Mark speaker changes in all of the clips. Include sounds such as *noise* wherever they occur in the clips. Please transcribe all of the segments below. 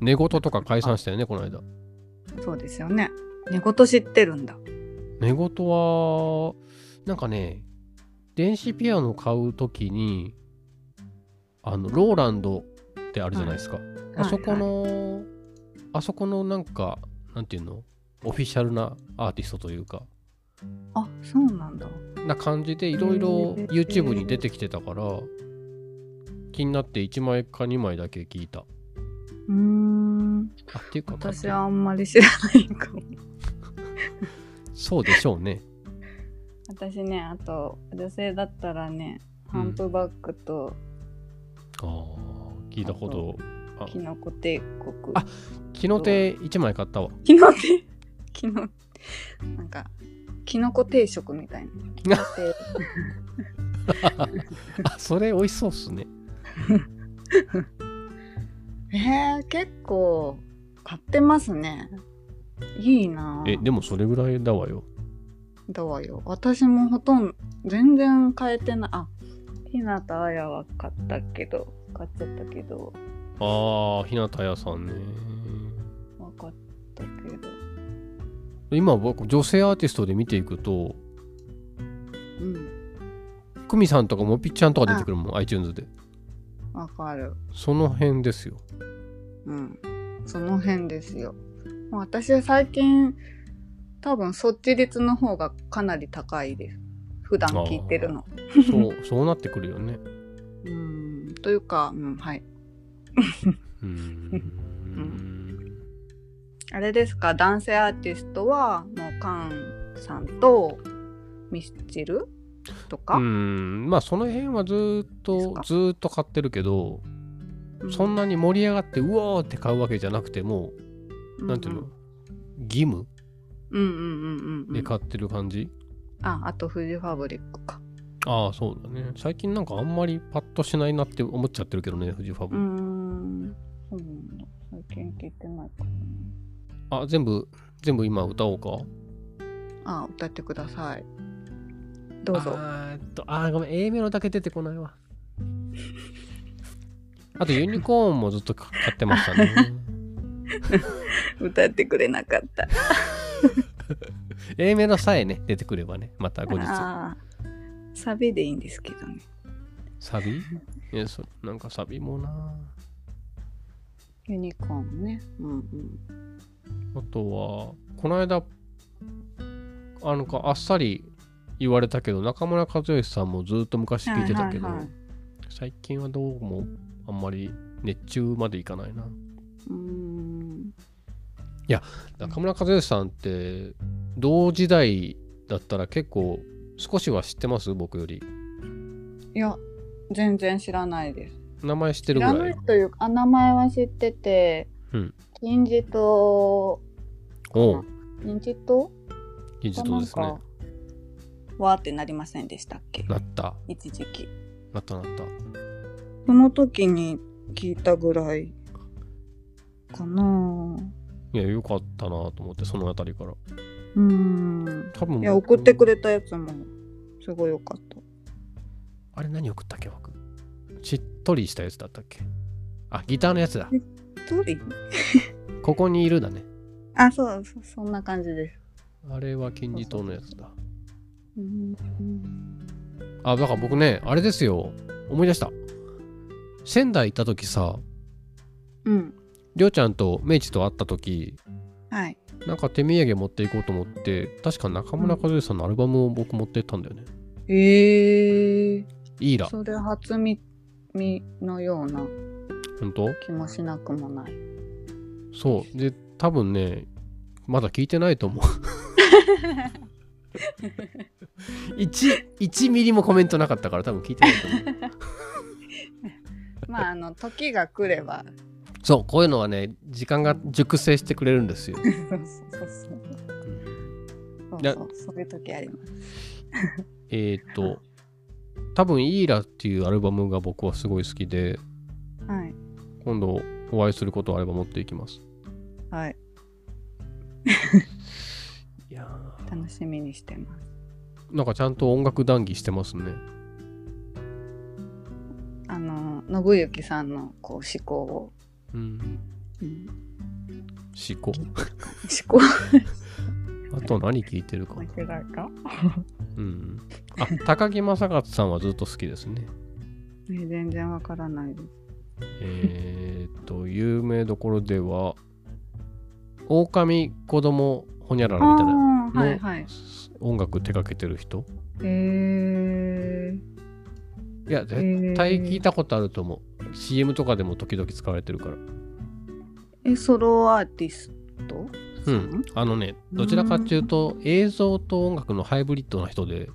Speaker 1: 寝言とか解散したよねこの間
Speaker 2: そうですよね。寝言知ってるんだ。
Speaker 1: 寝言はなんかね電子ピアノ買う時にあのローランドってあるじゃないですか、あそこ
Speaker 2: はいはい
Speaker 1: の、あそこのなんかなんていうのオフィシャルなアーティストというか
Speaker 2: あ、そうなんだ。
Speaker 1: な感じでいろいろ
Speaker 2: へー
Speaker 1: YouTube に出てきてたから気になって1枚か2枚だけ聞いた
Speaker 2: うーん。
Speaker 1: あっていうか
Speaker 2: 私はあんまり知らないかも。
Speaker 1: そうでしょうね
Speaker 2: 私ね、あと女性だったらね、
Speaker 1: うん
Speaker 2: ハンプバッグと
Speaker 1: あー聞いたこと
Speaker 2: キノコ帝国。
Speaker 1: あ昨日手1枚買ったわ
Speaker 2: キノテキノなんかキノコ定食みたいな。
Speaker 1: *laughs*
Speaker 2: キノコ定
Speaker 1: あそれ美味しそうっすね
Speaker 2: えー、結構買ってますね。いいなぁ
Speaker 1: えでもそれぐらいだわよ
Speaker 2: だわよ。私もほとんど全然買えてない。あ、ひなたあやは買ったけど、買っちゃったけど、
Speaker 1: ああ日向屋さんね
Speaker 2: 分かったけど。
Speaker 1: 今僕女性アーティストで見ていくと
Speaker 2: うん、
Speaker 1: 久美さんとかもぴっちゃんとか出てくるもん iTunes で
Speaker 2: わかる。
Speaker 1: その辺ですよ
Speaker 2: うん。その辺ですよ。もう私は最近、多分そっち率の方がかなり高いです。普段聞いてるの。
Speaker 1: そうそうなってくるよね
Speaker 2: うん。というか、うん、はい。
Speaker 1: うーん
Speaker 2: あれですか、男性アーティストは、もうカンさんとミスチルと
Speaker 1: う
Speaker 2: か、
Speaker 1: ーんまあその辺はずーっ
Speaker 2: です
Speaker 1: と
Speaker 2: か
Speaker 1: ずーっと買ってるけど
Speaker 2: う
Speaker 1: そんなに盛り上がってうおーって買うわけじゃなくてもうなんていうの、義務
Speaker 2: うんうんうんうんうん。
Speaker 1: で買ってる感じ、
Speaker 2: あ、あとフジファブリックか。
Speaker 1: ああそうだね最近なんかあんまりパッとしないなって思っちゃってるけどねフジファ
Speaker 2: う
Speaker 1: ブ、
Speaker 2: ーん。そうなんだ。最近聞いてないか
Speaker 1: あ全部全部今歌おうか
Speaker 2: な。あ、歌ってください。どうぞ。
Speaker 1: あーっとあーごめん A メロだけ出てこないわ *laughs* あとユニコーンもずっと買ってましたね *laughs*
Speaker 2: 歌ってくれなかった。
Speaker 1: A メロさえね出てくればねまた後日
Speaker 2: あーサビでいいんですけどね。
Speaker 1: サビえそなんかサビもな
Speaker 2: ユニコーンね。うんうん。
Speaker 1: あとはこの間あのかあっさり言われたけど中村和義さんもずっと昔聞いてたけど、
Speaker 2: はいはいはい
Speaker 1: 最近はどうもあんまり熱中までいかないな
Speaker 2: うーん。
Speaker 1: 中村和義さんって同時代だったら結構少しは知ってます僕より
Speaker 2: いや、全然知らないです。
Speaker 1: 名前知って
Speaker 2: 知
Speaker 1: るぐ
Speaker 2: ら
Speaker 1: ら
Speaker 2: ないいというか、あ名前は知ってて、
Speaker 1: うん
Speaker 2: 金字塔、
Speaker 1: おう
Speaker 2: 金字塔
Speaker 1: 技術とです
Speaker 2: な
Speaker 1: ね
Speaker 2: んかわーってなりませんでしたっけ
Speaker 1: なった
Speaker 2: 一時期。
Speaker 1: なったなった
Speaker 2: その時に聞いたぐらいかなぁ
Speaker 1: いやよかったなと思ってそのあたりから
Speaker 2: うん
Speaker 1: 多分
Speaker 2: いや送ってく
Speaker 1: れ
Speaker 2: れたやつもすごいよかった
Speaker 1: あれ何送ったっけ僕しっとりしたやつだったっけあギターのやつだ
Speaker 2: 一人
Speaker 1: ここにいるだね
Speaker 2: あそうそうそんな感じです
Speaker 1: あれは金字塔のやつだ
Speaker 2: うん
Speaker 1: あだから僕ねあれですよ思い出した仙台行った時さ
Speaker 2: うん
Speaker 1: りょうちゃんと明治と会った時
Speaker 2: はい
Speaker 1: なんか手土産持っていこうと思って確か中村和義さんのアルバムを僕持ってったんだよね、
Speaker 2: ええ
Speaker 1: イーラ
Speaker 2: それ初耳のような
Speaker 1: 本当
Speaker 2: 気もしなくもない
Speaker 1: そうで多分ねまだ聞いてないと *laughs* 思う 1, 1ミリもコメントなかったから多分聞いてないと *laughs* 思う
Speaker 2: まああの時が来れば
Speaker 1: そうこういうのはね時間が熟成してくれるんですよ
Speaker 2: *laughs* そうそうそうそう
Speaker 1: な
Speaker 2: そうそういう時あります
Speaker 1: えっ、と多分イーラっていうアルバムが僕はすごい好きで
Speaker 2: はい
Speaker 1: 今度お会いすることあれば持っていきます
Speaker 2: はい
Speaker 1: いや
Speaker 2: 楽しみにしてます
Speaker 1: なんかちゃんと音楽談義してますね
Speaker 2: あの信行さんのこう思考を
Speaker 1: うん
Speaker 2: うん
Speaker 1: 思考
Speaker 2: 思考
Speaker 1: あと何聞いてるかな
Speaker 3: 間違いか
Speaker 1: うんあ高木正勝さんはずっと好きですね
Speaker 2: え全然わからないです。
Speaker 1: えーっと有名どころでは狼子供ほにゃららみたいな
Speaker 2: あー
Speaker 1: の
Speaker 2: はいはい。
Speaker 1: 音楽手掛けてる人
Speaker 2: えー、
Speaker 1: いや絶
Speaker 2: 絶
Speaker 1: 対聞いたことあると思う CM とかでも時々使われてるから
Speaker 2: えソロアーティスト
Speaker 1: う
Speaker 2: さ
Speaker 1: んあのねどちらかっていうと映像と音楽のハイブリッドな人で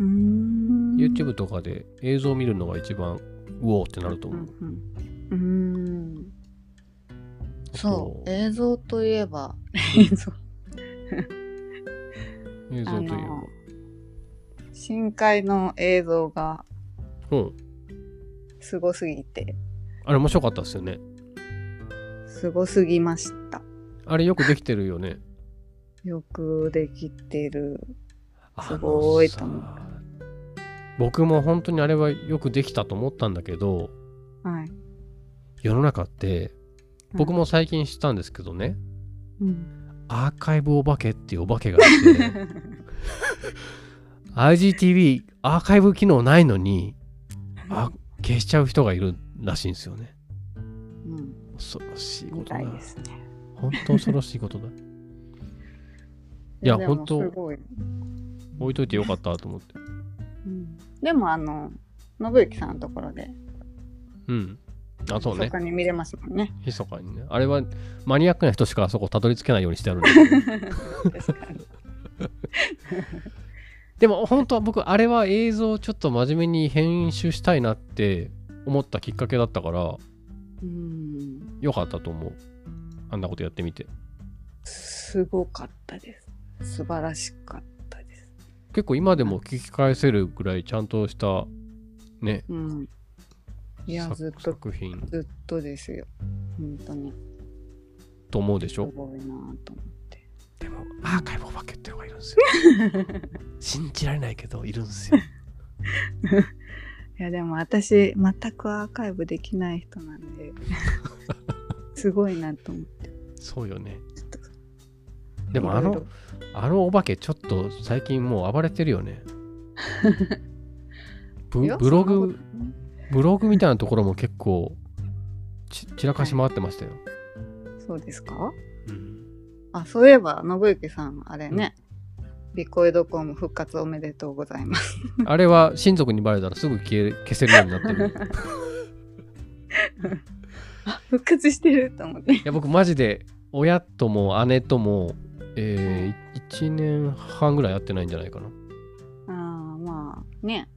Speaker 2: うーん
Speaker 1: YouTube とかで映像を見るのが一番うおーってなると思う。
Speaker 2: うんうん、うーんそう映像といえば *laughs* 映像
Speaker 1: う。映像というか。
Speaker 2: 深海の映像が
Speaker 1: うん。
Speaker 2: すごすぎて
Speaker 1: あれ面白かったですよね。
Speaker 2: すごすぎました
Speaker 1: あれよくできてるよね。
Speaker 2: よくできてる
Speaker 1: あのさ
Speaker 2: すごいと思う
Speaker 1: 僕も本当にあれはよくできたと思ったんだけど、
Speaker 2: はい
Speaker 1: 世の中って、僕も最近知ったんですけどね、
Speaker 2: うん、
Speaker 1: アーカイブお化けっていうお化けがあっ
Speaker 2: *laughs*
Speaker 1: て、IGTV アーカイブ機能ないのに、あ消しちゃう人がいるらしいんですよね。
Speaker 2: うん、
Speaker 1: 恐ろしいこ
Speaker 2: み
Speaker 1: と
Speaker 2: た
Speaker 1: だ
Speaker 2: い。ですね
Speaker 1: 本当恐ろしいことだ。いや
Speaker 2: でも
Speaker 1: 本当
Speaker 2: すごい、
Speaker 1: 置いといてよかったと思って。
Speaker 2: うん、でもあの信行さんのところで
Speaker 1: うん。あ、そうね
Speaker 2: 他。に見れますも
Speaker 1: *laughs*
Speaker 2: んね
Speaker 1: 密かにね。あれはマニアックな人しかあそこたどり着けないようにしてあるんだけど
Speaker 2: 確かに
Speaker 1: でも本当は僕、あれは映像をちょっと真面目に編集したいなって思ったきっかけだったから、
Speaker 2: うん
Speaker 1: よかったと思う。あんなことやってみて。
Speaker 2: すごかったです。素晴らしかったです。
Speaker 1: 結構今でも聞き返せるぐらいちゃんとしたね、
Speaker 2: うん。いや、
Speaker 1: 作
Speaker 2: ずっと、
Speaker 1: 作品
Speaker 2: ずっとですよ。本当に。
Speaker 1: と思うでし
Speaker 2: す
Speaker 1: ょ。
Speaker 2: ごいなぁと思って。
Speaker 1: でも、アーカイブお化けってのがいるんですよ。 *laughs* 信じられないけど、いるんです
Speaker 2: *laughs*
Speaker 1: よ。
Speaker 2: いや、でも私、全くアーカイブできない人なん
Speaker 1: *laughs*
Speaker 2: で、すごいなと思って。
Speaker 1: そうよね。
Speaker 2: ちょっと
Speaker 1: でもあ
Speaker 2: いろい
Speaker 1: の
Speaker 2: ろ、
Speaker 1: あのお化けちょっと最近もう暴れてるよ
Speaker 2: *laughs*
Speaker 1: ね。ブ
Speaker 2: いや
Speaker 1: ブロ
Speaker 2: そんな
Speaker 1: グ
Speaker 2: こ、
Speaker 1: ブログみたいなところも結構ち散らかし回ってましたよ。
Speaker 2: そうですか
Speaker 1: うん
Speaker 2: あ、そういえば、信行さん、あれね、ビコイドコム復活おめでとうございます。
Speaker 1: あれは親族にバレたらすぐ消え消せるようになってる。
Speaker 2: *laughs* 復活してると思って。
Speaker 1: いや僕マジで親とも姉とも、え1年半ぐらいやってないんじゃないかな。
Speaker 2: ああ、まあ、ね、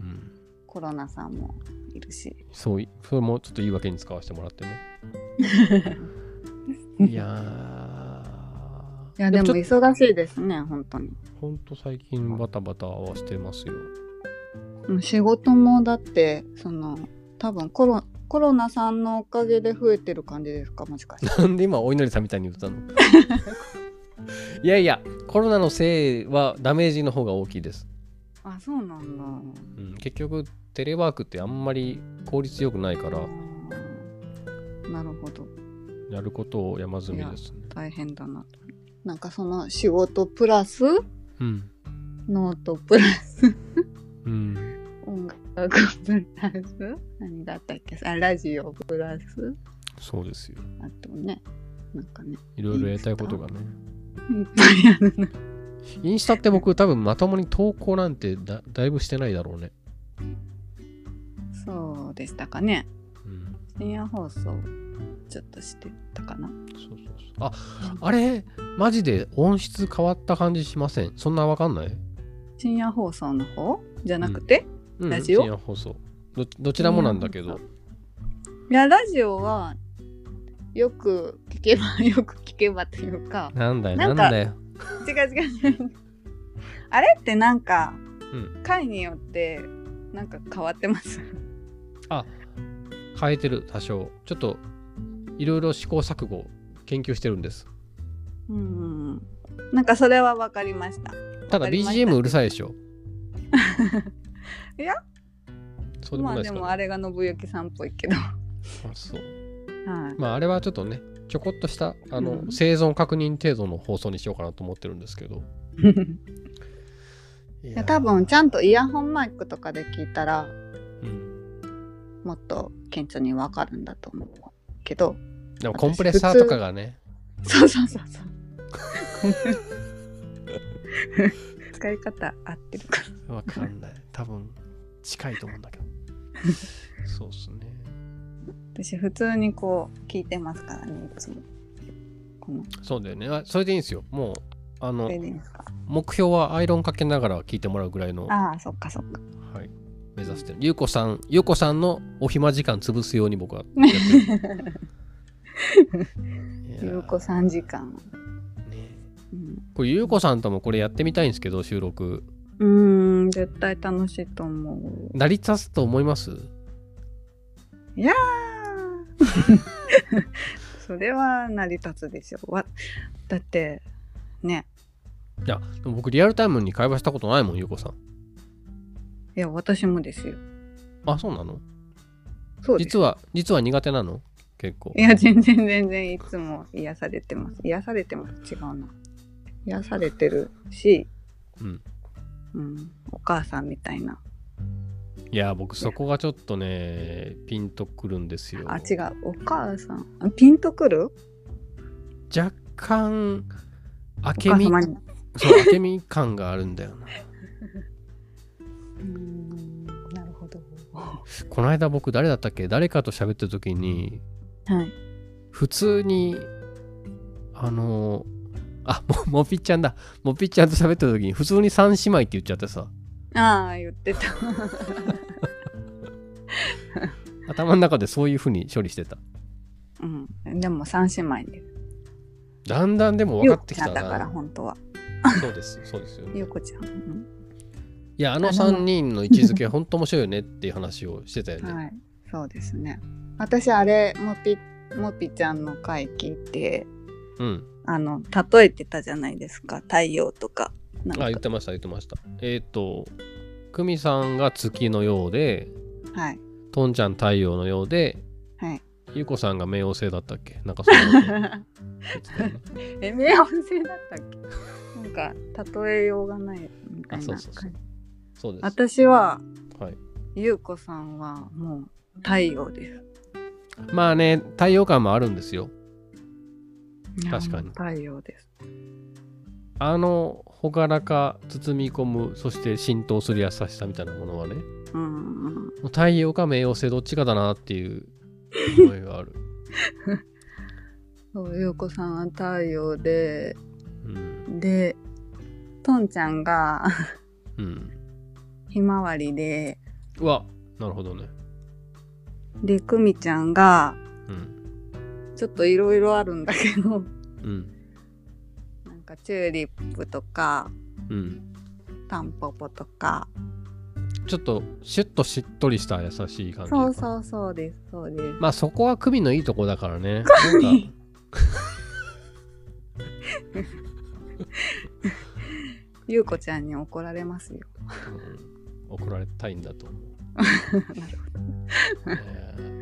Speaker 1: うん、
Speaker 2: コロナさんもいるし。
Speaker 1: そういそれもちょっと言い訳に使わせてもらってね。いやー
Speaker 2: いやで
Speaker 1: ちょ
Speaker 2: も
Speaker 1: っと
Speaker 2: 忙しいですね本当に
Speaker 1: ほんと最近バタバタはしてますよ。
Speaker 2: もう仕事もだってその多分コロコロナさんのおかげで増えてる感じですかもしかして
Speaker 1: なんで今お祈りさんみたいに言ったの *laughs* いやいやコロナのせいはダメージの方が大きいです、
Speaker 2: *laughs* あそうなんだ
Speaker 1: うん、結局テレワークってあんまり効率よくないから
Speaker 2: うんなるほど
Speaker 1: やることを山積みですね
Speaker 2: 大変だなとなんかその仕事プラス
Speaker 1: うん
Speaker 2: ノートプラス
Speaker 1: うん
Speaker 2: 音楽プラス何だったっけあラジオプラス
Speaker 1: そうですよ
Speaker 2: あとねなんかね
Speaker 1: いろいろやりたいことがね
Speaker 2: いっぱいあるな
Speaker 1: インスタって僕多分まともに投稿なんてだだいぶしてないだろうね、
Speaker 2: そうでしたかね
Speaker 1: うん、
Speaker 2: 深夜放送ちょっとしてたかな
Speaker 1: そうそうそうああれマジで音質変わった感じしませんそんなわかんない、
Speaker 2: 深夜放送の方じゃなくて、
Speaker 1: うん、
Speaker 2: ラジオ
Speaker 1: 深夜放送どどちらもなんだけど
Speaker 2: いやラジオはよく聞けば *laughs* よく聞けばというか
Speaker 1: なんだよな
Speaker 2: な
Speaker 1: んん
Speaker 2: か
Speaker 1: だよ
Speaker 2: 違う違うあれってなんか、
Speaker 1: うん
Speaker 2: 回によってなんか変わってます
Speaker 1: 変えてる多少ちょっといろいろ試行錯誤研究してるんです
Speaker 2: うんうんなんかそれは分かりました
Speaker 1: ただ
Speaker 2: わかりました
Speaker 1: BGM うるさいでしょ
Speaker 2: *laughs* いや
Speaker 1: そうでも
Speaker 2: ま
Speaker 1: ない
Speaker 2: あ
Speaker 1: です
Speaker 2: で
Speaker 1: か、 *laughs*
Speaker 2: もあれが信行さんっぽいけどは
Speaker 1: あそう
Speaker 2: い
Speaker 1: まああれはちょっとねちょこっとしたあの、
Speaker 2: うん
Speaker 1: 生存確認程度の放送にしようかなと思ってるんですけどい
Speaker 2: いや
Speaker 1: や
Speaker 2: 多分ちゃんとイヤホンマイクとかで聞いたら
Speaker 1: うん
Speaker 2: もっと顕著にわかるんだと思うけど
Speaker 1: でもコンプレッサーとかがね
Speaker 2: そうそうそうそう使い方合ってるか
Speaker 1: わかんない多分近いと思うんだ
Speaker 2: *laughs*
Speaker 1: けどそうっすね
Speaker 2: 私普通にこう聞いてますからねいつもこの
Speaker 1: そうだよねあそれでいいんですよもうあの
Speaker 2: これでいいですか
Speaker 1: 目標はアイロンかけながら聞いてもらうぐらいの、は
Speaker 2: ああそっかそっか
Speaker 1: い、目指してるゆうこさんゆうこさんのお暇時間潰すように僕はやってるいやー
Speaker 2: *laughs* ゆうこ3時間、
Speaker 1: ね
Speaker 2: うん
Speaker 1: これゆうこさんともこれやってみたいんですけど収録
Speaker 2: うーん絶対楽しいと思う
Speaker 1: 成り立つと思います
Speaker 2: いやー *laughs* それは成り立つでしょわだってね
Speaker 1: いやでも僕リアルタイムに会話したことないもんゆうこさん
Speaker 2: いや私もですよ
Speaker 1: あそうなの
Speaker 2: そうです
Speaker 1: 実は実は苦手なの結構
Speaker 2: いや全然全然いつも癒されてます癒されてます違うな癒されてるし、
Speaker 1: うん
Speaker 2: うん、お母さんみたいない
Speaker 1: や僕そこがちょっとねピンとくるんですよ
Speaker 2: あ違うお母さんあピンとくる
Speaker 1: 若干あ
Speaker 2: お
Speaker 1: け
Speaker 2: 母
Speaker 1: み
Speaker 2: 様に
Speaker 1: そう、明美感があるんだよな。
Speaker 2: うんなるほどは
Speaker 1: この間僕誰だったっけ誰かと喋った時に、
Speaker 2: い
Speaker 1: 普通に、あの、あ、も、もぴっちゃんだ。もぴっちゃんと喋った時に、普通に三姉妹って言っちゃってさ、
Speaker 2: ああ言ってた
Speaker 1: 頭の中でそういう風に処理してた。
Speaker 2: うんでも三姉妹で
Speaker 1: だんだんでも分
Speaker 2: ゆ
Speaker 1: か
Speaker 2: う
Speaker 1: っ
Speaker 2: こ
Speaker 1: てき
Speaker 2: ちゃ
Speaker 1: た
Speaker 2: んだから
Speaker 1: な。
Speaker 2: 本当は
Speaker 1: そうです、そうですよね。
Speaker 2: ゆうこちゃん、うん
Speaker 1: いや、あの3人の位置づけ、ほんと面白いよねっていう話をしてたよね。
Speaker 2: はいそうですね私あれもぴもぴちゃんの回聞いて
Speaker 1: うん。
Speaker 2: あの例えてたじゃないですか太陽とかなんか
Speaker 1: あ、言ってました、言ってました。えっ、と、久美さんが月のようで、
Speaker 2: はい *laughs*
Speaker 1: とんちゃん太陽のようで、
Speaker 2: はい
Speaker 1: ゆうこさんが冥王星だったっけなんかそんな
Speaker 2: *laughs*
Speaker 1: こと言ってたよね
Speaker 2: え冥王星だったっけなんか例えようがないみたいな
Speaker 1: あそうそうそう
Speaker 2: 感じ
Speaker 1: そうです。
Speaker 2: 私は
Speaker 1: はい、
Speaker 2: ゆうこさんはもう太陽です
Speaker 1: まあね、太陽感もあるんですよ。確かに
Speaker 2: いやもう太陽です
Speaker 1: あの、朗らか、包み込む、そして浸透する優しさみたいなものはね、も
Speaker 2: うんうん
Speaker 1: う太陽か冥王星どっちかだなっていう思い
Speaker 2: *laughs*
Speaker 1: がある。
Speaker 2: そうゆうこさんは太陽で
Speaker 1: うん。
Speaker 2: でとんちゃんが
Speaker 1: うん。
Speaker 2: ひまわりで
Speaker 1: うわ、なるほどね。
Speaker 2: でくみちゃんが
Speaker 1: うん。
Speaker 2: ちょっといろいろあるんだけど *laughs*
Speaker 1: うん。
Speaker 2: なんかチューリップとか
Speaker 1: うん。
Speaker 2: タンポポとか
Speaker 1: ちょっと、シュッとしっとりした優しい感じ。
Speaker 2: そうそうそうですそうです
Speaker 1: まあそこは首のいいとこだからね。なんか
Speaker 2: ゆうこちゃんに怒られますよ *laughs*
Speaker 1: うん怒られたいんだと思う。ねえ